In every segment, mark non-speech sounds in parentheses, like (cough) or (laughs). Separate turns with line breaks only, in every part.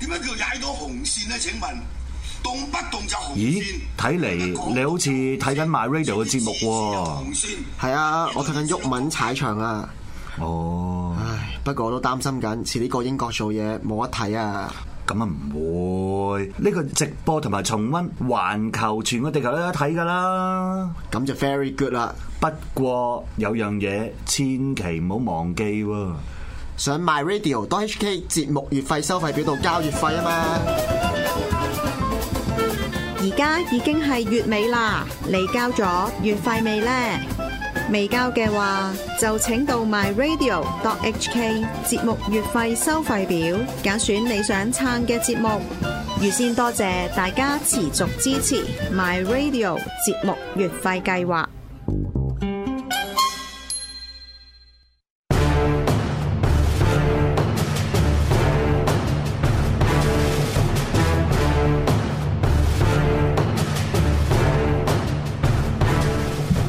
點樣叫踩到紅線咧？請問動不動就紅
咦
線？
睇嚟你好似睇緊 My Radio 嘅節目喎
紅線
係啊，我睇緊鬱文踩場啊。
哦，
唉，不過我都擔心緊，遲啲過英國做嘢冇得睇啊！
咁啊唔會，呢、個直播同埋重温，環球全個地球都有得睇㗎啦。
咁就 very good 啦。
不過有樣嘢千祈唔好忘記喎。
上 My Radio HK 節目月費收費表度交月費啊嘛，
而家已經係月尾啦，你交咗月費未呢？未交嘅話，就請到 myradio.hk 節目月費收費表，揀選你想撐嘅節目。預先多謝大家持續支持 myradio 節目月費計劃。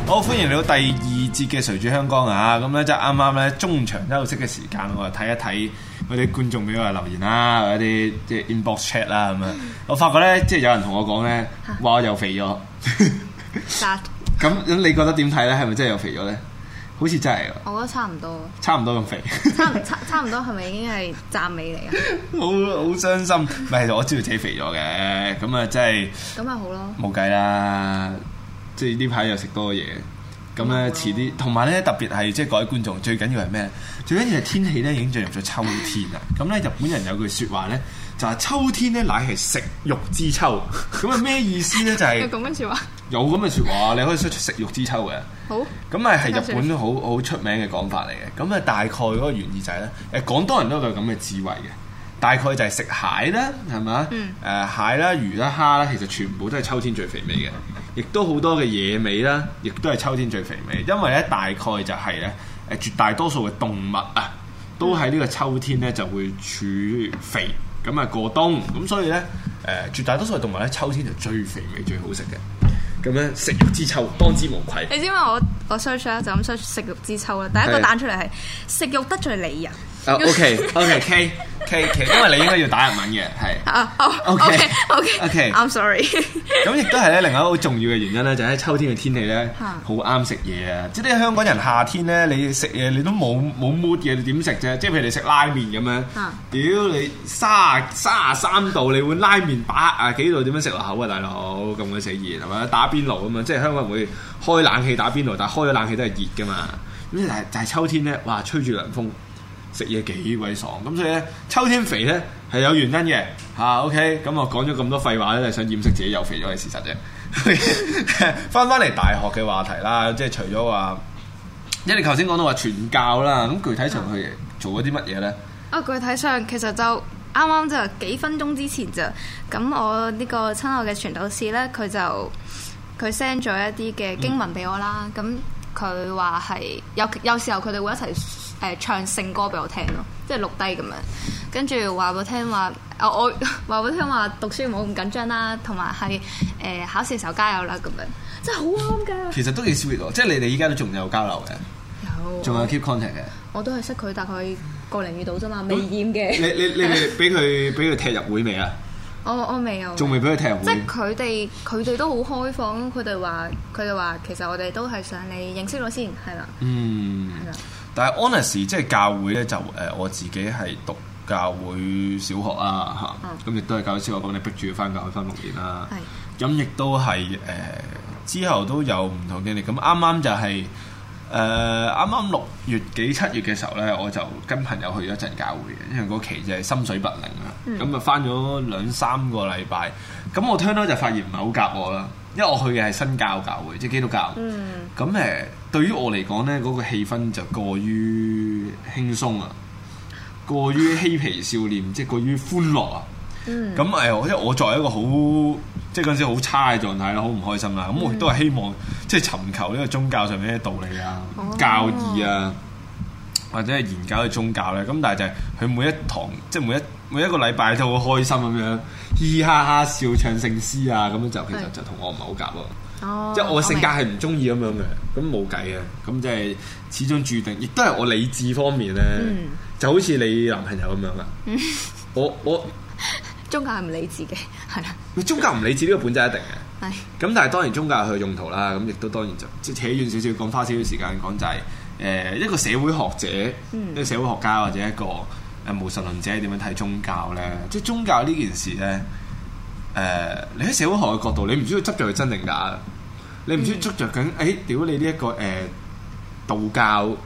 好，歡迎嚟到第二節嘅誰主香江啊！咁咧就啱啱咧中場休息嘅時間，我就睇一睇嗰啲觀眾俾我嘅留言啦，嗰啲即係 inbox chat 啦咁樣。我發覺咧，即係有人同我講咧，話我又肥咗。 (laughs) 咁咁你覺得點睇咧？係咪真係又肥咗咧？好似真係喎，
我覺得差唔多，
差唔多咁肥。 (laughs)
差唔差差唔多係咪已經係讚美嚟啊？
好好傷心，唔係我知道自己肥咗嘅，咁啊真係
咁咪好咯，
冇計啦，即係呢排又食多嘢，咁
嗯
咧遲啲，同埋咧特別係即係各位觀眾，最緊要係咩咧？最緊要係天氣咧已經進入咗秋天
(laughs)
啦。咁咧日本人有句説話咧，就係、秋天咧乃係食肉之秋。咁啊咩意思咧？就係、
(laughs) 有咁嘅説話，
有咁嘅説話，你可以 search 食肉之秋嘅。
好
咁咪係日本好好出名嘅講法嚟嘅。咁啊，大概嗰個原意就係、呢，咧，誒廣東人都有咁嘅智慧嘅。大概就係食蟹啦，係咪？誒、蟹啦、魚啦、蝦啦，其實全部都係秋天最肥美嘅，亦都好多嘅野味啦，亦都係秋天最肥美。因為咧，大概就係咧誒絕大多數嘅動物啊，都喺呢個秋天咧就會處肥，咁啊過冬，咁所以咧誒、絕大多數嘅動物咧秋天就最肥美、最好食嘅。咁樣食肉之秋，當之無愧。
你知唔知我我 search 啦，就咁 search 食肉之秋啦，第一個
係
彈出嚟係食肉得罪你人
啊，OK OK K K
(laughs)
K，因為你應該要打日文嘅，係。
啊哦
OK
，OK
OK
OK，I'm sorry，
咁亦都係咧，另外一個好重要嘅原因咧，就係、秋天嘅天氣咧，
嚇
好啱食嘢啊！即係啲香港人夏天咧，你食嘢你都冇冇 mood 嘅，你點食啫？即係譬如你食拉麵咁樣，
嚇
屌你三三十三度，你碗拉麵八啊幾度點樣食落口啊，大佬咁鬼死熱係咪？打邊爐咁樣，即係香港人會開冷氣打邊爐，但係開咗冷氣都係熱㗎嘛。咁但係但係秋天咧，哇，吹住涼風。食嘢幾鬼爽，咁所以咧秋天肥咧係有原因嘅嚇、啊 OK，咁我講咗咁多廢話咧，就係想掩飾自己又肥咗嘅事實啫。 (laughs) 翻翻嚟大學嘅話題啦，即係除咗話，因為你頭先講到話傳教啦，咁具體上去做咗啲乜嘢咧？
啊，具體上其實就啱啱就幾分鐘之前咋，咁我呢個親愛嘅傳道士呢，佢就佢 send 咗一啲嘅經文俾我啦，咁佢話係有有時候佢哋會一齊誒、呃唱聖歌俾我聽咯，即係錄低咁樣，跟住話俾我聽話，啊我 (laughs) 話俾我聽話讀書唔好咁緊張啦，同埋係誒考試嘅時候加油啦咁樣，真係好啱㗎。
其實都幾 sweet 喎，即係你哋依家都仲有交流嘅，仲有 keep contact 嘅。
我都係識佢大概個零月度啫嘛，未厭
你
嘅。
你你哋俾佢俾佢踢入會未啊？
我我未有。
仲未俾佢踢入
即
會
係？佢哋佢哋都好開放，佢哋話佢哋話其實我哋都係想你認識咗先，係啦，
嗯，但係 honest 即係教會咧，就誒、我自己係讀教會小學啊嚇，咁亦都係教會小學，咁你逼住要翻教會翻六年啦，
係
咁亦都係誒、之後都有唔同經歷，咁啱啱就係、誒啱啱六月幾七月嘅時候咧，我就跟朋友去咗一陣教會嘅，因為嗰期就係深水不靈啊，咁啊翻咗兩三個禮拜，咁我聽到就發現唔係好夾我啦，因為我去嘅係新教教會，即係基督教，咁誒、呃對於我嚟講咧，嗰、個氣氛就過於輕鬆啊，過於嬉皮笑臉，即係過於歡樂啊。咁誒、我因為我作為一個好即係嗰陣時好差嘅狀態啦，好唔開心啦。咁我亦都係希望即係尋求呢個宗教上面嘅道理啊、教義啊，或者係研究嘅宗教咧。咁但係就係佢每一堂，即係每一每一個禮拜都好開心咁樣，嘻嘻哈哈笑唱聖詩啊，咁樣就其實
係
就同我唔係好夾喎。
哦
即係我性格係唔中意咁樣嘅，咁冇計嘅，咁即係始終注定，亦都係我理智方面咧，就好似你男朋友咁樣啦。我我
宗教係唔理智嘅， (laughs) 係啦，
你宗教唔理智呢個本質一定嘅。
係
咁但係當然宗教有佢用途啦，咁亦都當然就即係扯遠少少講花少少時間講就係、誒、一個社會學者，一個社會學家或者一個誒無神論者點樣睇宗教咧？即係宗教呢件事咧，誒、你喺社會學嘅角度，你唔需要執着佢真定假嘅，你唔需要執着緊誒屌你呢、一個誒、道教。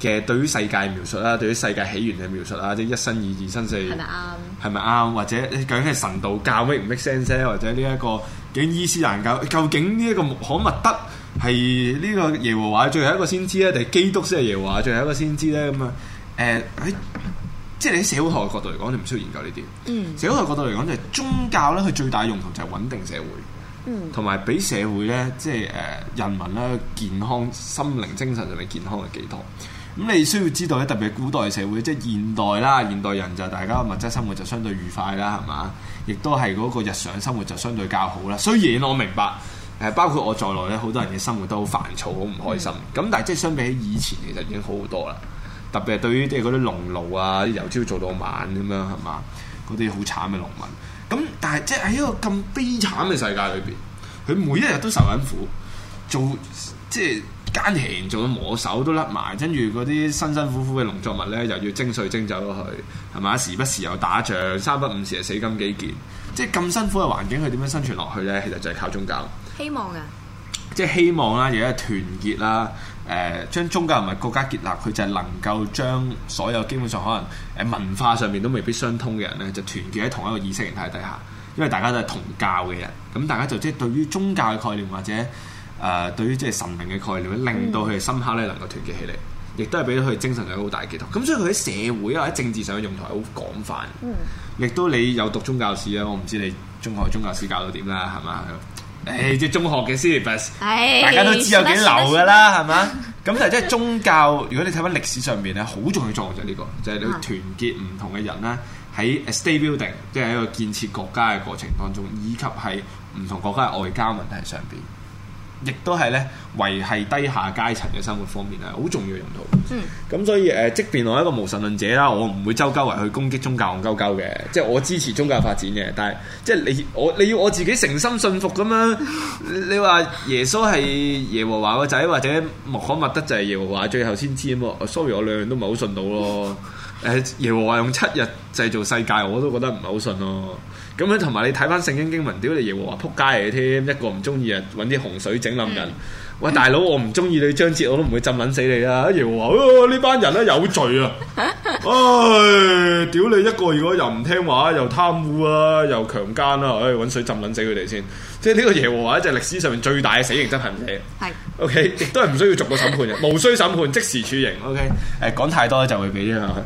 嘅對於世界描述啦，對於世界起源嘅描述啦，即係一生二，二生四，
係咪啱？
係咪啱，或者哎究竟係神道教 make 唔 make sense 咧？或者呢、一個究竟伊斯蘭教哎究竟呢一個穆罕默德係呢個耶和華最後一個先知咧，定係基督先係耶和華最後一個先知咧？咁啊誒喺即係你喺社會學嘅角度嚟講，你唔需要研究呢啲。
嗯
社會學角度嚟講，就係宗教咧，佢最大用途就係穩定社會，同埋俾社會咧，即係誒、呃人民咧健康、心靈、精神上面健康嘅寄託。咁你需要知道咧，特別係古代社會，即係現代啦，現代人就大家物質生活就相對愉快啦，係嘛？亦都係嗰個日常生活就相對較好啦。雖然我明白。誒包括我在內咧，好多人嘅生活都好煩躁，好唔開心。咁、但係即係相比起以前，其實已經好好多啦。特別係對於即係嗰啲農奴啊，啲由朝做到晚咁樣係嘛，嗰啲好慘嘅農民。咁但係即係喺一個咁悲慘嘅世界裏邊，佢每一日都受緊苦，做即係耕田做到磨手都甩埋，跟住嗰啲辛辛苦苦嘅農作物咧，又要徵税徵走咗佢，係嘛？時不時又打仗，三不五時又死金幾件，即係咁辛苦嘅環境，佢點樣生存落去咧？其實就係靠宗教。
希望啊，
即係希望啦，而家團結啦，誒、將宗教同埋國家結納，佢就係能夠將所有基本上可能誒文化上面都未必相通嘅人咧，就團結喺同一個意識形態底下，因為大家都係同教嘅人，咁大家就即係對於宗教嘅概念或者誒、呃、對於即係神明嘅概念，令到佢哋深刻咧能夠團結起嚟。亦都係俾到佢精神上有好大嘅寄託，咁所以佢喺社會啊或者政治上嘅用途係好廣泛，亦、都你有讀宗教史啊，我唔知你中學宗教史教到點啦，係嘛？誒，即係中學嘅 syllabus，
唉
大家都知有幾流
算啦
㗎啦，係嘛？咁但係即係宗教，如果你睇翻歷史上面咧，好重要作用就係呢、個，就係、你團結唔同嘅人啦，喺 state building，即係喺一個建設國家嘅過程當中，以及係唔同國家嘅外交問題上邊。亦都係咧維係低下階層嘅生活方面係好重要嘅用途。咁、所以誒、呃即便我係一個無神論者啦，我唔會周鳩圍去攻擊宗教戇鳩鳩嘅，即係我支持宗教發展嘅。但係即係你我你要我自己誠心信服咁樣，你話耶穌係耶和華個仔，或者穆罕默德就係耶和華最後先知咁啊？sorry，我兩樣都唔係好信到咯。誒、耶和華用七日製造世界，我都覺得唔係好信咯。咁樣同埋你睇翻聖經經文，屌你耶和華撲街嚟添，一個唔中意啊，揾啲洪水整冧人。喂，大佬，我唔中意你章節，我都唔會浸撚死你 (laughs) 啦。耶和華，哦呢、班人咧有罪啊！唉，屌你一個，如果又唔聽話，又貪污啊，又強姦啦，唉，揾水浸撚死佢哋先。即係呢個耶和華咧，就係歷史上面最大嘅死刑執行者。
係
OK，亦都係唔需要逐個審判 (laughs) 嘅，無需審判，即時處刑。OK，誒、講太多就會俾呢個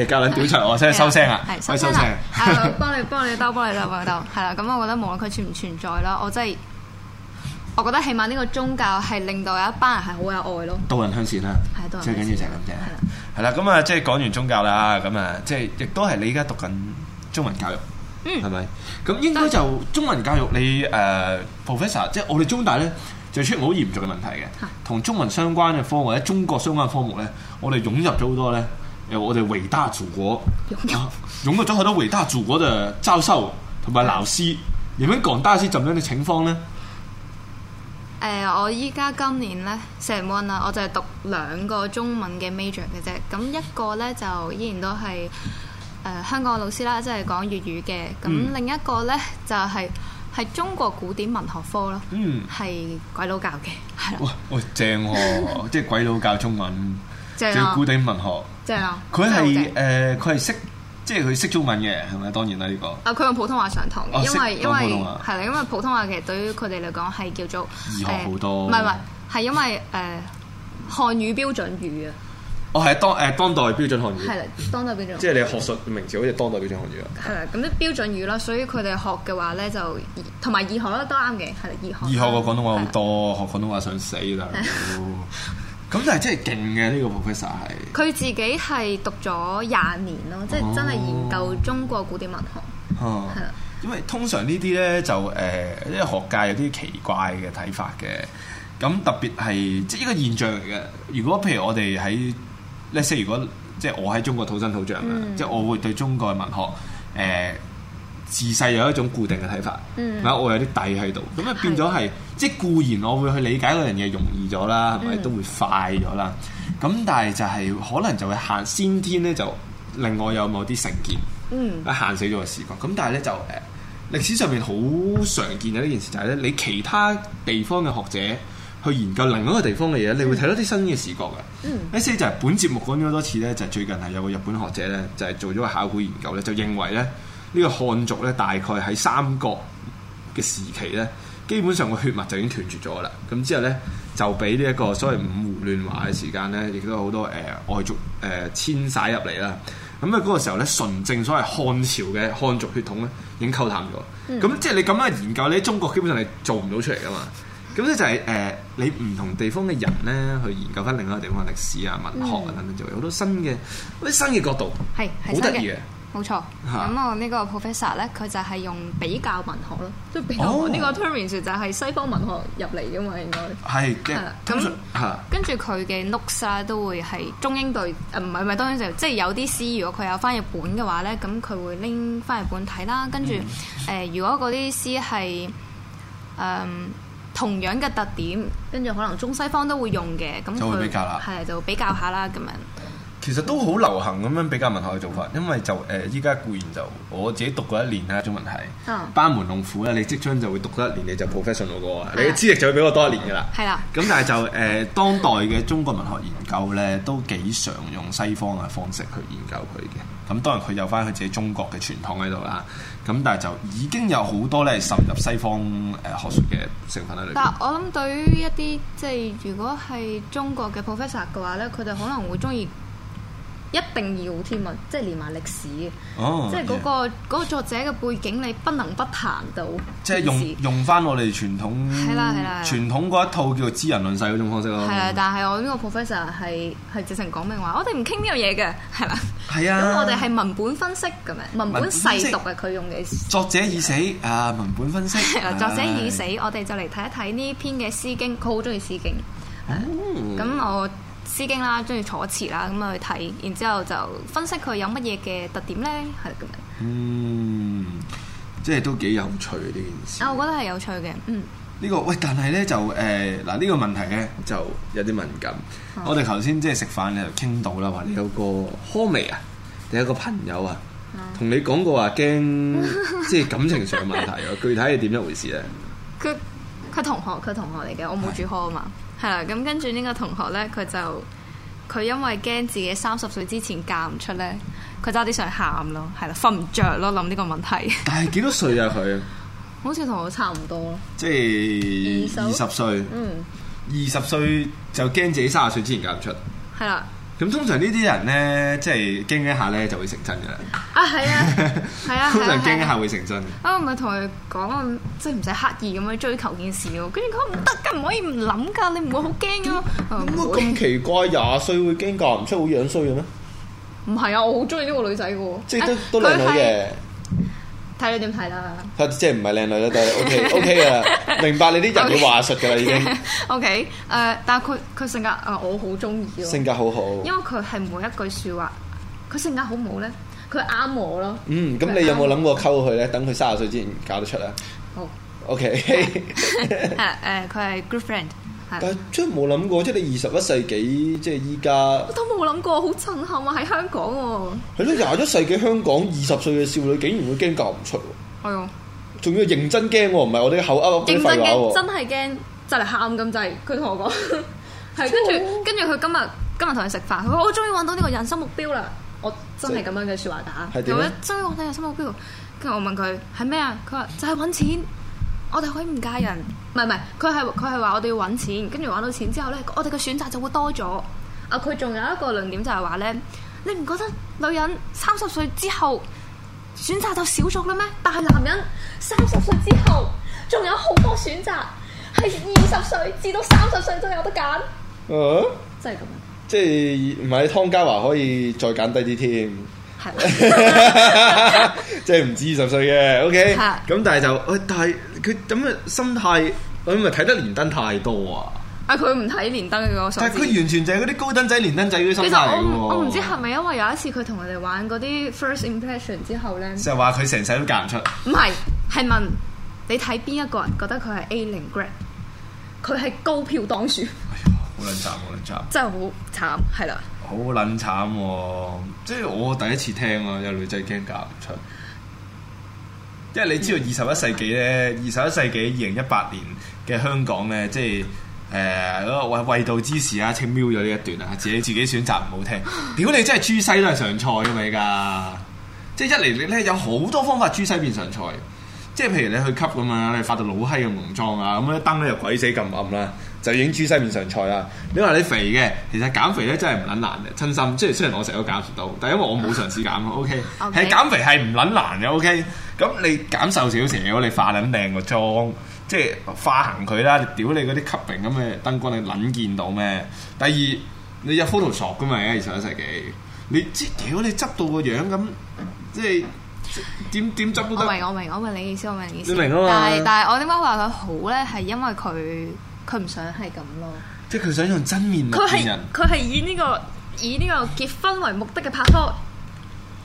夜教撚屌
(laughs)
柒我，所以收聲啦，
係
可以
收
收
聲
聲 (laughs)
啦。，啊係幫你幫你兜，幫你兜，幫你兜，係啦。咁我覺得無論佢存唔存在啦，我真係，我覺得起碼呢個宗教係令到有一班人係好有愛咯。
導人向善啦
係導人
最
向善，
緊要就係咁啫
係啦。
係啦，咁啊，即係講完宗教啦，咁啊，即係亦都係你而家讀緊中文教育，
嗯
係咪？咁應該就中文教育你誒呃 professor，即係我哋中大咧就出現好嚴重嘅問題嘅，同中文相關嘅科或者中國相關嘅科目咧，我哋湧入咗好多咧，誒我哋偉大祖國，啊湧入咗好多偉大祖國嘅教授同埋老
嗯
師，你們廣大是怎樣嘅情況咧？
誒、我依家今年呢，成 one 啦，我就係讀兩個中文嘅 major 嘅啫。咁一個呢，就依然都係誒、呃香港嘅老師啦，即係講粵語嘅。咁、
嗯
另一個呢，就係、係中國古典文學科咯，
嗯
係鬼佬教嘅，係啦，
哇喂，正喎、即係鬼佬教中文，
正
仲要
啊
古，典文學。
正啊，
佢
真好
係
正
誒，佢係識，即係佢識中文嘅，係咪？當然啦，呢個
啊！佢用普通話上堂嘅，
哦
因為
識
因
講普
為
通話
係啦，因為普通話其實對於佢哋嚟講係叫做
易學好多
呃唔係唔係，係因為誒、呃、漢語標準語啊，
哦係當誒當代標準漢
係
語，
啦，當代標準語
即係你學術名詞好似當代標準漢語啊。
係啦，咁啲標準語啦，所以佢哋學嘅話咧就易同埋易學啦，都啱嘅，係啦，易學。
以學過廣東話好。多，學廣東話想死啦。
(laughs)
咁但係真係勁嘅呢個 professor 係，
佢自己係讀咗廿年咯，即係真係研究中國古典文學。
哦
係啦
因為通常呢啲咧就誒，因為學界有啲奇怪嘅睇法嘅。咁特別係即係一個現象嚟嘅。如果譬如我哋喺 let's 啊 say 如果即係我喺中國土生土長嘅，即係我會對中國嘅文學誒、呃自細有一種固定嘅睇法，或者我有啲底喺度，咁啊變咗係即係固然我會去理解嗰樣嘢容易咗啦，係咪都會快咗啦？咁但係就係可能就會行先天咧，就令我有某啲成見，
嗯
啊行死咗嘅視覺。咁但係咧就誒、呃歷史上面好常見嘅呢件事就係咧，你其他地方嘅學者去研究另一個地方嘅嘢，你會睇到啲新嘅視覺嘅。嗯，所以就係本節目講咗好多次咧，就係最近係有個日本學者咧，就係做咗個考古研究咧，就認為咧呢個漢族咧大概喺三國嘅時期咧，基本上個血脈就已經斷絕咗啦。咁之後咧就俾呢一個所謂五胡亂華嘅時間咧，亦都有好多誒、呃外族誒、呃遷徙入嚟啦。咁啊嗰個時候咧，純正所謂漢朝嘅漢族血統咧，已經溝淡咗。咁、即係你咁樣研究，你喺中國基本上你做唔到出嚟噶嘛。咁咧就係、呃你唔同地方嘅人咧，去研究翻另一個地方嘅歷史啊、文學啊等等，就會有好多新嘅、好多新嘅角度，
係係
好得意嘅。啊
冇錯，
嚇
咁我呢個 professor 咧，佢就係用比較文學咯，即係比較
哦
呢個 term 其實就係西方文學入嚟噶嘛，應該。
係即係
係啦啊咁
通常啊嚇。
跟住佢嘅 notes 啦，都會係中英對，誒唔係唔係當然就即係有啲詩，如果佢有翻日本嘅話咧，咁佢會拎翻日本睇啦。跟
嗯
住誒，如果嗰啲詩係誒同樣嘅特點，跟住可能中西方都會用嘅，咁
就會
佢
比較啦
係啊就會比較下啦咁樣。
其實都好流行咁樣比較文學嘅做法，因為就誒依家固然就我自己讀過一年啦，中文系，
嗯
班門弄斧啦，你即將就會讀得一年，你就 professional 過啊，你嘅資歷就會比我多一年噶啦。
係啊啦
咁但係就誒、呃、當代嘅中國文學研究咧，都幾常用西方嘅方式去研究佢嘅。咁當然佢有翻佢自己中國嘅傳統喺度啦。咁但係就已經有好多咧滲入西方誒、呃、學術嘅成分喺裏
但係
邊。
我諗對於一啲即係如果係中國嘅 professor 嘅話咧，佢哋可能會中意一定要添啊，即係連埋歷史嘅。
哦
即係嗰、個嗰個作者嘅背景，你不能不談到件事。
即係用用翻我哋傳統
係啦係啦係啦
傳統嗰一套叫做知人論世嗰種方式咯。
係啦，但係我呢個 professor 係係直情講明話，我哋唔傾呢樣嘢嘅，係啦。
係啊
咁我哋係文本分析咁樣，
本
文本
分析
細讀嘅佢用嘅。
作者已死啊，文本分析
係 (laughs) 啦，作者已死，我哋就嚟睇一睇呢篇嘅《詩經》，佢好中意《詩經》。
啊
咁我《詩經》啦，中意楚辭啦，咁啊去睇，然之後就分析佢有乜嘢嘅特點咧，係啦咁樣。
嗯，即係都幾有趣呢件事。
啊，我覺得係有趣嘅，嗯，
呢、個喂，但係咧就誒嗱呢個問題咧就有啲敏感。
哦
我哋頭先即係食飯咧就傾到啦，話你有個科微啊，你有個朋友啊，
哦
同你講過話驚即係感情上問題
(laughs)
喎，具體係點一回事咧？
佢佢同學，佢同學嚟嘅，我冇住科啊嘛，係啦，咁跟住呢個同學咧，佢就佢因為驚自己三十歲之前嫁唔出咧，佢就有啲想喊咯，係啦，瞓唔着咯，諗呢個問題，
但係幾多歲啊？佢
(laughs) 好似同我差唔多咯，
即係二
二十
十歲，
嗯，
二十歲就驚自己三十歲之前嫁唔出。
係啦。
咁通常呢啲人呢，即係驚一下呢就會成真㗎啦。
啊，係啊， (laughs) 係啊，
通常
係
驚
啊
一下會成真。
啊，我咪同佢講啊，即係唔使刻意咁樣追求件事喎。跟住佢話唔得㗎，唔可以唔諗㗎，你唔會好驚㗎。啊唔會
奇怪，廿歲會驚嫁唔出好樣衰嘅咩？
唔係啊，我好中意呢個女仔嘅喎。啊佢係，睇你點睇啦。
即係唔係靚女啦，但係 OK
(laughs)
OK 啊，明白你啲
人嘅話
術㗎啦，已
(laughs) O K，誒，呃但係佢佢性格啊，我好中意咯。
格好好。
因為佢係每一句説話，佢性格好唔好咧？佢啱我咯。
嗯，咁你有冇諗過溝佢呢？等佢三十歲之前嫁得出啊
好， (laughs)
？OK， (laughs)
係啦誒，佢係 good friend，係啦。
係真係冇諗過，即係你二十一世紀，即係依家
我都冇諗過，好震撼啊！喺香港喎，
係咯，廿一世紀香港二十歲嘅少女竟然會驚嫁唔出喎，
係喎。
仲要認真驚喎，唔係我哋口噏
認真驚，真係驚就嚟喊咁滯。佢同
(laughs)
我講，係跟住跟住佢今日今日同佢食飯，佢話我終於揾到呢個人生目標啦！我真係咁樣嘅説話
係
㗎嚇，
點啊
我
咧
真係揾到人生目標。跟住我問佢係咩啊？佢話就係揾錢。我哋可以唔嫁人，唔係唔係，佢係佢係話我哋要揾錢，跟住揾到錢之後呢，我哋嘅選擇就會多咗。啊，佢仲有一個論點就係話呢：「你唔覺得女人三十歲之後選擇就少咗啦咩？但係男人三十歲之後仲有好多選擇，係二十歲至到三十歲都有
(laughs)
得揀，
啊
真係咁
即係唔係湯家華可以再揀低啲
(laughs)
添，
樣，係啦
(laughs) 即係唔止二十歲嘅，OK
嚇。
咁但係就，喂但係佢咁嘅心態，我咪睇得連登太多啊！
啊佢唔睇連登嘅我所
但係
知。
佢完全就係嗰啲高登仔、連登仔嗰啲心
其
態
實
嚟
我
嘅喎
唔我唔知係咪因為有一次佢同我哋玩嗰啲 first impression 之後咧，
就係話佢成世都嫁唔出，哎
唔係係問你睇邊一個人覺得佢係 A 零 grad，佢係高票當選， (laughs)
好撚慘，好撚慘。
真係好慘，係啦。
好撚慘喎！即係我第一次聽啊，有女仔驚嫁唔出，因為你知道二十一世紀咧，二十一世紀二零一八年嘅香港咧，即係誒嗰個衛衛道之時啊，清瞄咗呢一段啊，自己自己選擇唔好聽。屌你真係豬西都係常菜㗎嘛而家，即係一嚟你咧有好多方法豬西變常菜。即係譬如你去吸咁樣，你發到老閪咁濃妝啊，咁咧燈咧又鬼死咁暗啦，就影豬西面上菜啦。你話你肥嘅，其實減肥咧真係唔撚難嘅，真心。即係雖然我成日都減唔到，但係因為我冇嘗試減啊 OK，
OK
係減肥係唔撚難嘅，OK。咁你減瘦少少，你化撚靚個妝，即係化行佢啦。你屌你嗰啲吸屏咁嘅燈光，你撚見到咩？第二，你有 Photoshop 噶嘛？而家二十一世紀，你知屌你執到個樣咁，即係點點執都
我
得。
明我明我明你意思，我明你意思。
你明啊嘛
但係但係我點解話佢好咧？係因為佢佢唔想係咁咯。
即係佢想用真面目
佢
見
係
人。
佢係以呢、個以呢個結婚為目的嘅拍拖，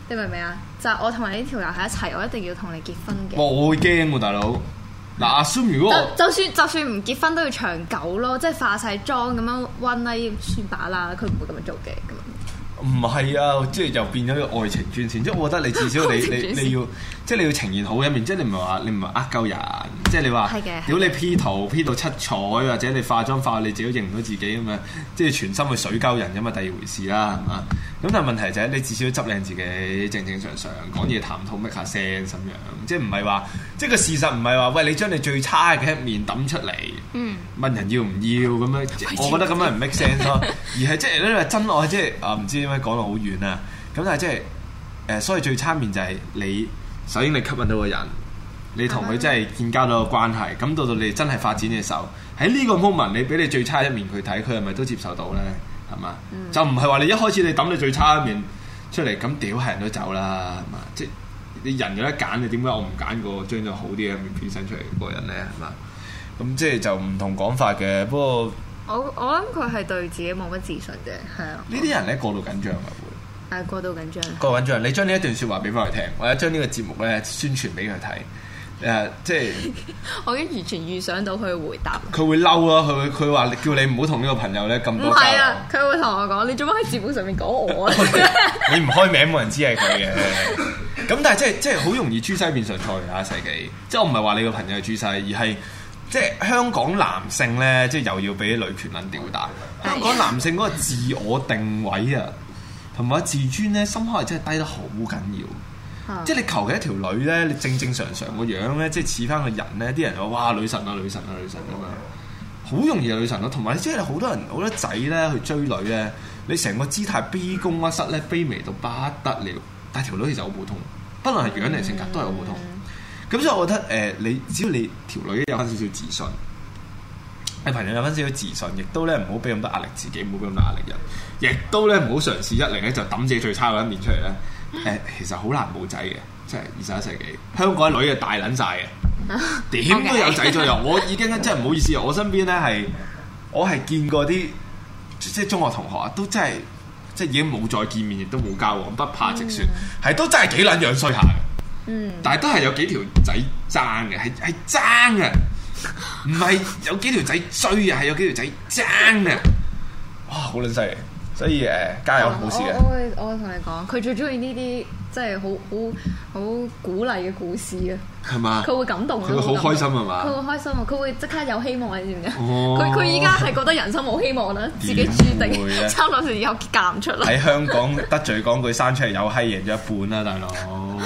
你明唔明啊？就係我同埋呢條友喺一齊，我一定要同你結婚嘅。
哇！我會驚喎，大佬。嗱，阿 s 如果我
就就算就算唔結婚都要長久咯，即係化晒妝咁樣温啦，算把啦，佢唔會咁樣做嘅。咁樣
唔係啊，即係又變咗個愛情專線。即係我覺得你至少你 (laughs)
愛情專
你
線
你要，即係你要呈現好嘅一面。即係你唔係話你唔係呃鳩人，即係你話
係嘅
屌你 P 圖 P 到七彩，或者你化妝化到你自己都認唔到自己咁樣，即係全心去水鳩人咁嘛，第二回事啦，係嘛？咁但係問題就係你至少都執靚自己，正正常常講嘢談吐 make 下聲咁樣，即係唔係話即係個事實唔係話喂你將你最差嘅一面抌出嚟。
嗯，
問人要唔要咁樣，我覺得咁樣唔 make sense 咯。而係即係咧真愛，即係啊唔知點解講到好遠啊。咁但係即係誒，所以最差面就係你首先你吸引到個人，你同佢真係建交到個關係，咁到到你真係發展嘅時候，喺呢個 moment 你俾你最差一面佢睇，佢係咪都接受到呢？係嘛？就唔係話你一開始你抌你最差一面出嚟，咁屌係人都走啦，係嘛？即係你人有得揀，你點解我唔揀個將咗好啲嘅一面 present 出嚟嗰個人呢？係嘛？咁即係就唔同講法嘅。不過
我我諗佢係對自己冇乜自信嘅，係啊，
呢啲人咧過度緊張啊，會
但係過度緊張。
過度緊張。你將呢一段説話俾翻佢聽，或者將呢個節目咧宣傳俾佢睇。誒、即係
我已經完全預想到佢嘅回答。
佢會嬲咯，佢會佢話叫你唔好同呢個朋友咧咁
唔
多交
係
流
啊，。佢會同我講：你做乜喺節目上面講我啊？
(laughs) 你唔開名冇人知係佢嘅。咁但係即係即係好容易豬西變上菜㗎下世紀，即係我唔係話你個朋友係豬西，而係即係香港男性咧，即係又要俾女權撚吊打。香港男性嗰個自我定位啊，同埋自尊咧，深刻係真係低得好緊要。即係你求其一條女咧，你正正常常個樣咧，即係似翻個人咧，啲人就話哇女神啊女神啊女神咁樣。好容易有女神咯，同埋即係好多人好多仔咧去追女咧，你成個姿態卑躬屈膝咧，卑微到不得了，但係條女其實好普通，不論係樣定性格都係好普通。咁所以我覺得誒、呃你只要你條女有翻少少自信，你朋友有翻少少自信，亦都咧唔好俾咁多壓力自己，唔好俾咁多壓力人，亦都咧唔好嘗試一嚟咧就抌自己最差嗰一面出嚟咧。誒、其實好難冇仔嘅，即係二十一世紀香港女嘅大撚晒嘅。點都有仔左右。 (laughs) 我已經真係唔好意思啊！我身邊咧係我係見過啲即係中學同學啊，都真係即係已經冇再見面，亦都冇交往，不怕直説，係、都真係幾撚樣衰下嘅。
嗯，
但係都係有幾條仔爭嘅，係係爭嘅，唔係有幾條仔追啊，係有幾條仔爭嘅。哇！好撚犀利，所以誒、加油，冇事嘅。
我我會我會同你講，佢最中意呢啲即係好好好鼓勵嘅故事啊！
係嘛？
佢會感動啊
佢會好
感動
開心係嘛
佢會開心啊！佢會即刻有希望啊！你知唔知啊？
哦
佢佢依家係覺得人生冇希望啦，自己注定
點會啊
差唔多以後嫁唔出啦，
喺香港得罪講句生出嚟有閪贏咗一半啦，大佬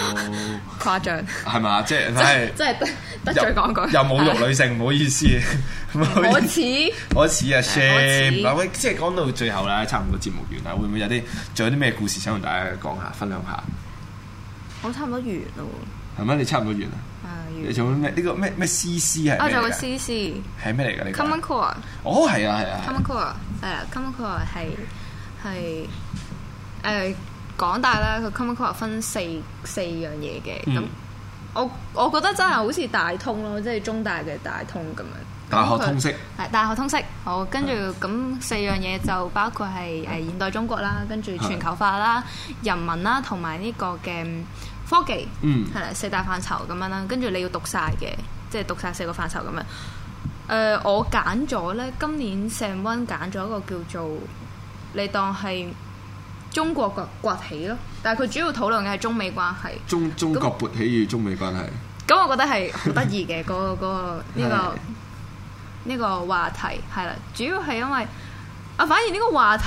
誇張，
係嘛？即係唉
即係得得罪講句，
又冇辱女性，唔好意
(laughs)
思，唔好 (laughs)
我
意思
似
我似啊
我似
shame 嗱喂，即係講到最後啦，差唔多節目完啦，會唔會有啲仲有啲咩故事想同大家講下、分享下？
我差唔多完咯
係咪？你差唔多完啦，
喎，啊
你仲有咩呢個咩咩 CC 係咩嚟㗎？
完，啊我仲有個 C C
係咩嚟㗎？呢
Common
個
Core。
哦係啊係啊
Common Core 係啦，Common Core 係係誒港大啦，佢 Common Core 分四四樣嘢嘅，咁、
嗯
我我覺得真係好似大通咯，即係中大嘅大通咁樣，
大學通識
係大學通識，好跟住咁四樣嘢就包括係誒現代中國啦，跟住全球化啦、人民啦，同埋呢個嘅科技，
嗯
係啦四大範疇咁樣啦，跟住你要讀晒嘅，即係讀晒四個範疇咁樣。誒、我揀咗呢，今年成温揀咗一個叫做你當係中國崛崛起咯，但係佢主要討論嘅係中美關係。
中中國勃起與中美關係。
咁我覺得係好得意嘅嗰
(laughs)
個嗰個呢
係
個呢個話題係啦，主要係因為啊，反而呢個話題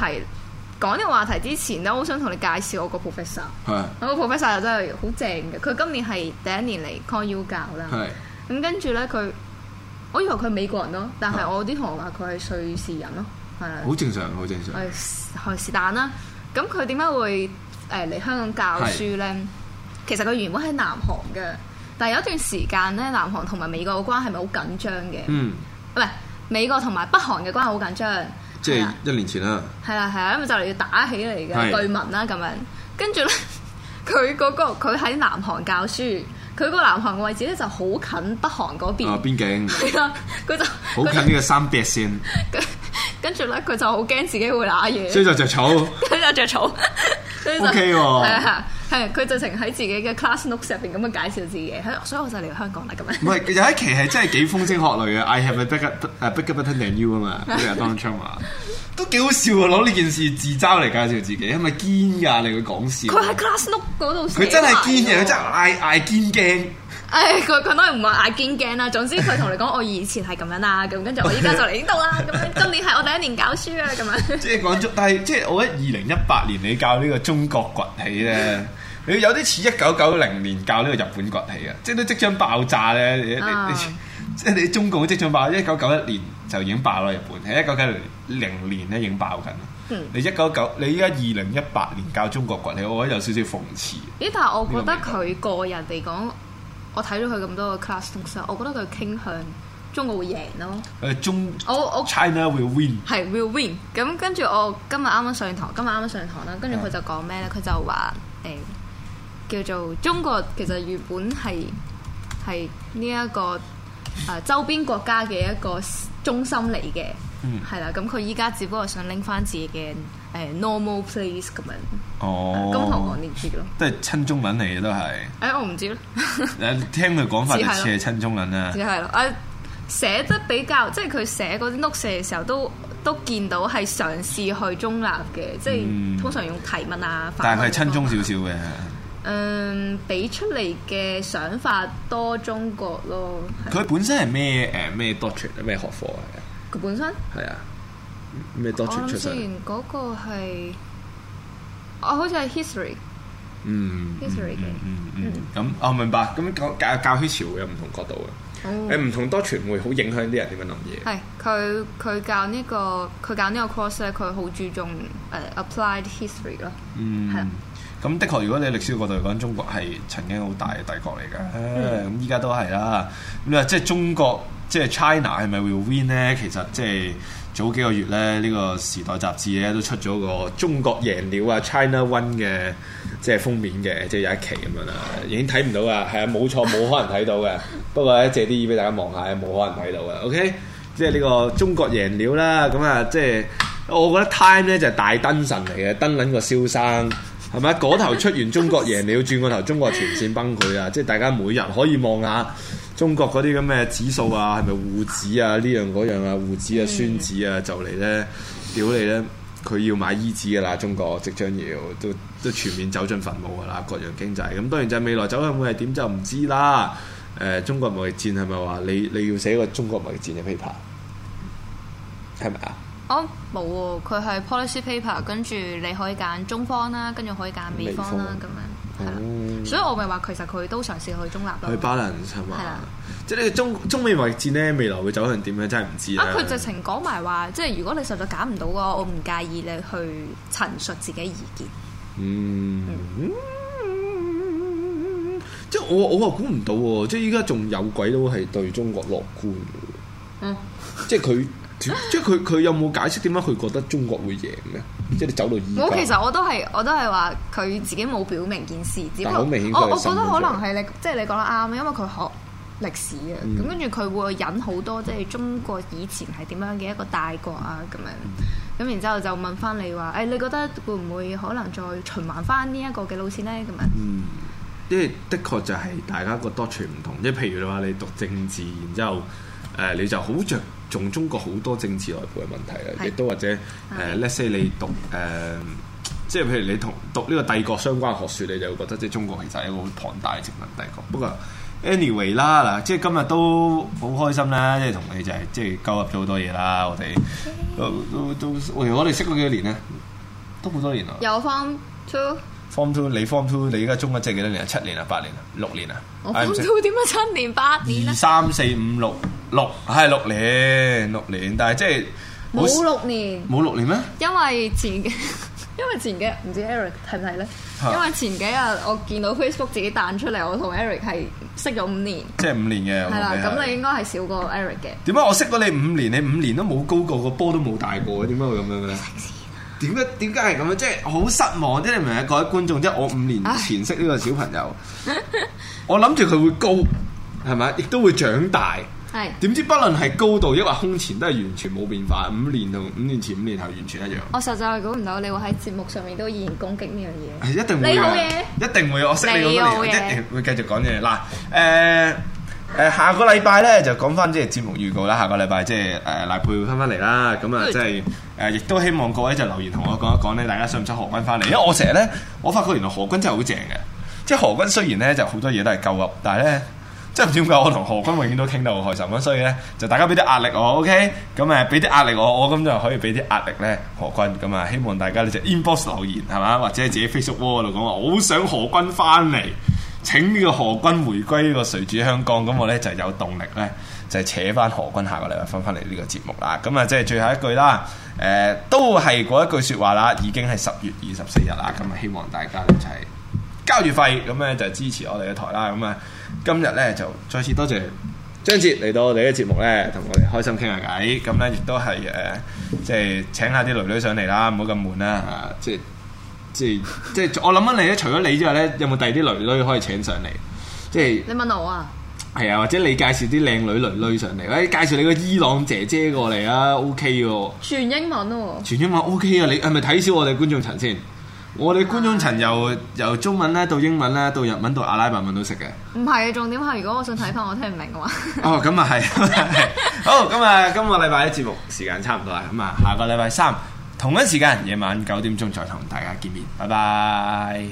講呢個話題之前咧，我好想同你介紹我個 professor。
係
我個 professor 真係好正嘅，佢今年係第一年嚟 con U 教啦。
係
咁跟住咧，佢我以為佢係美國人咯，但係我啲同學話佢係瑞士人咯，係啦。
好正常，好正常。
係是但啦。咁佢點解會誒嚟香港教書呢？其實佢原本喺南韓嘅，但係有一段時間呢，南韓同埋美國嘅關係咪好緊張嘅？
嗯，
唔係美國同埋北韓嘅關係好緊張，
即
係
係
啊
一年前啦。
係啊啦係啦，因為就嚟要打起嚟嘅
係
據聞啦咁樣。跟住呢， (laughs) 佢嗰、個佢喺南韓教書，佢個南韓嘅位置呢就好近北韓嗰邊
啊，，邊
(laughs)
境
係啦、佢就
好近呢個三八線，
佢 (laughs) 跟住呢，佢就好驚自己會揦嘢。
所以就着草。
佢就着
(laughs)
草，佢就
OK 喎
係啊係啊，佢就成喺自己嘅 class notes 入邊咁樣介紹自己，係所以我就嚟香港啦咁樣。
唔係有一期係真係幾風聲鶴唳嘅，I have a bigger 誒 bigger button than you 啊嘛，嗰日 Donald Trump 話都幾好笑啊！攞呢件事自嘲嚟介紹自己，係咪堅㗎？你佢講笑
佢？喺 class note 嗰度，
佢真係堅嘅，佢真係。嗌嗌堅驚。
唉，佢佢當然唔係嗌堅驚啦，總之佢同你講我以前係咁樣啦，咁跟住我依家就嚟呢度啦，咁樣今年係我第一年教書啊，咁樣。
(laughs) 即係講中，但係即係我覺得二零一八年你教呢個中國崛起咧， (laughs) 你有啲似一九九零年教呢個日本崛起啊！即係都即將爆炸咧，你你
啊
你 (laughs) 即係你中共即將爆，一九九一年就已經爆啦，日本喺一九九零年咧已經爆緊啦。
嗯
你一九九，你依家二零一八年教中國崛起，我覺得有少少諷刺。
咦？但係我覺得佢個人嚟講，我睇咗佢咁多個 class notes，我覺啊得佢傾向中國會贏咯。
誒中
我我
China will win，
係 will win。咁跟住我今日啱啱上堂，今日啱啱上堂啦，跟住佢就講咩咧？佢就話誒、叫做中國其實原本係係呢一個誒、呃周邊國家嘅一個中心嚟嘅，係啦、咁佢依家只不過想拎翻自己嘅誒、呃 normal place 咁樣，
哦
咁同我呢啲咯。
都係親中文嚟嘅都係。
誒、我唔知咯。
誒聽佢講法就
只係
似係親中文啊啦
只。係咯，誒寫得比較，即係佢寫嗰啲 notes 嘅時候都都見到係嘗試去中立嘅，即係、
嗯
通常用提問啊。
但係佢係
係
親中少少嘅，
誒俾出嚟嘅想法多中國咯，係
佢本身係咩誒咩 doctorate 咩學科嚟
佢本身
嘅？係啊，咩
我諗
doctorate 出
之前
身？啊
嗰個係，哦好似係 history
嗯
history 嘅，
嗯嗯，咁我明白。咁教教教區潮有唔同角度
哦
嘅，誒唔同 doctorate 會好影響啲人點樣諗嘢。
係佢佢教呢個佢教呢個 course 咧，佢好注重誒 applied history 咯，係啊
嗯，咁的確，如果你歷史角度嚟講，中國係曾經好大嘅帝國嚟嘅，咁依家都係啦。咁你話即係中國，即係 China 係咪會 win 呢？其實即係早幾個月咧，呢、個時代雜誌咧都出咗個中國贏了啊 China win 嘅即係封面嘅，即係有一期咁樣啦，已經睇唔到啊，係啊，冇錯，冇可能睇到嘅。 (laughs) 不過咧，借啲嘢俾大家望下，冇可能睇到嘅。OK，即係呢個中國贏了啦，咁啊，即係。我覺得 Time 咧就係大燈神嚟嘅，燈撚個蕭生係咪？嗰頭出完中國贏，你要轉個頭中國全線崩潰啊！即係大家每日可以望下中國嗰啲咁嘅指數啊，係咪滬指啊呢樣嗰樣啊，滬指啊、孫指啊就嚟咧，屌你咧！佢要買醫指㗎啦，中國即將要都都全面走進墳墓㗎啦，各樣經濟咁當然就係未來走向會係點就唔知啦。誒、中國貿易戰係咪話你你要寫個中國貿易戰嘅 paper 係咪啊？
哦，冇喎，佢係 policy paper，跟住你可以揀中方啦，跟住可以揀美方啦，
美方
咁樣係
哦
啦。所以我咪話其實佢都嘗試去中立咯。啊
去 balance 係
係
嘛
啦？
即係呢個中中美貿易戰咧，未來會走向點咧？真係唔知啦。
啊！佢直情講埋話，即係如果你實在揀唔到嘅話，我唔介意你去陳述自己意見。
嗯，即係我我話估唔到喎，即係依家仲有鬼佬係對中國樂觀嘅
嗯，
喎，即係佢即係佢佢有冇解釋點解佢覺得中國會贏咧？即係你走到依家，
我其實我都係我都係話佢自己冇表明件事，只不
但
過
好明顯佢係
我我覺得
滲咗
可能係你即係你講得啱，因為佢學歷史啊。
嗯
咁跟住佢會引好多即係中國以前係點樣嘅一個大國啊咁樣。咁然之後就問翻你話，誒、你覺得會唔會可能再循環翻呢一個嘅路線呢？咁樣。
嗯因為的確就係大家個 doctrine 唔同，即係譬如你話你讀政治，然之後誒、呃你就好着重中國好多政治內部嘅問題啦，
係
亦都或者誒、呃 let's say 你讀誒、呃即係譬如你同讀呢個帝國相關嘅學説，你就會覺得即係中國其實係一個好龐大嘅殖民帝國。不過 anyway 啦，嗱，即係今日都好開心啦，即係同你就係、即係交入咗好多嘢啦，我哋都都都，喂我哋識咗幾多年咧？都好多年啦。
有 form two，
Form two，你 Form two，你而家中一即係幾多年啊？七年啊？八年啊？六年啊？
我
唉
form
唔識
two 點解七年八年
二
啊咧？
三四五六六，係六年六年，但係即係好
冇六年。
冇六年咩？
因為前幾 (laughs) 因為前幾日唔知 Eric 睇唔睇咧？
嚇
因為前幾日我見到 Facebook 自己彈出嚟，我同 Eric 係識咗五年，
即係五年嘅。
係啦，
我
咁你
你
應該係少過 Eric 嘅。
啊點解我識咗你五年，你五年都冇高過個波都冇大過嘅？點解會咁樣嘅咧？
啊
點解點解係咁樣？即係好失望，即係你明唔明啊？各位觀眾，即係我五年前識呢個小朋友，我諗住佢會高，係咪？亦都會長大。
係
點知不論係高度抑或胸前都係完全冇變化，五年同五年前、五年後完全一樣。
我實在係估唔到你會喺節目上面都依然攻擊呢樣嘢。
係 (laughs) 一定會
你好
嘅
嘢，
一定會。我識你咁多
你好
年，
嘢
一定會繼續講嘢。嗱，誒、呃、誒，下個禮拜咧就講翻即係節目預告啦。下個禮拜即係誒賴佩會翻翻嚟啦。咁啊，
Good
即係誒，
嗯
亦都希望各位就留言同我講一講咧，大家想唔想何君翻嚟？因為我成日咧，我發覺原來何君真係好正嘅。即係何君雖然咧就好多嘢都係鳩噏，但係咧。即係唔知點解我同何君永遠都傾得好開心咁，所以咧就大家俾啲壓力我，OK？咁誒俾啲壓力我，我咁就可以俾啲壓力咧何君咁啊！希望大家咧就 inbox 留言係嘛，或者係自己 Facebook wall 度講話，我好想何君翻嚟，請呢個何君回歸呢個誰主香港，咁我咧就有動力咧就係扯翻何君下個禮拜翻翻嚟呢個節目啦。咁啊，即係最後一句啦，誒、都係嗰一句説話啦，已經係十月二十四日啦，咁啊希望大家一齊。交月費咁咧就支持我哋嘅台啦。咁啊，今日咧就再次多謝張哲嚟到我哋嘅節目咧，同我哋開心傾下偈。咁咧亦都係誒，呃即係請下啲女女上嚟啦，唔好咁悶啦。啊，即係即係即係，我諗啊緊你咧，除咗你之外咧，有冇第二啲女女可以請上嚟？即係
你問我啊？
係啊，或者你介紹啲靚女女女上嚟，或者介紹你個伊朗姐姐過嚟啊，OK 喎。
全英文喎，
全英文 OK 啊！你係咪睇少我哋觀眾層先？我哋觀眾層由由中文咧到英文咧到日文到阿拉伯文都識嘅。
唔係啊！重點係如果我想睇翻，我聽唔明嘅話，
哦，咁啊係， (laughs) 好咁啊，今個禮拜嘅節目時間差唔多啦，咁啊下個禮拜三同一時間夜晚九點鐘再同大家見面，拜拜。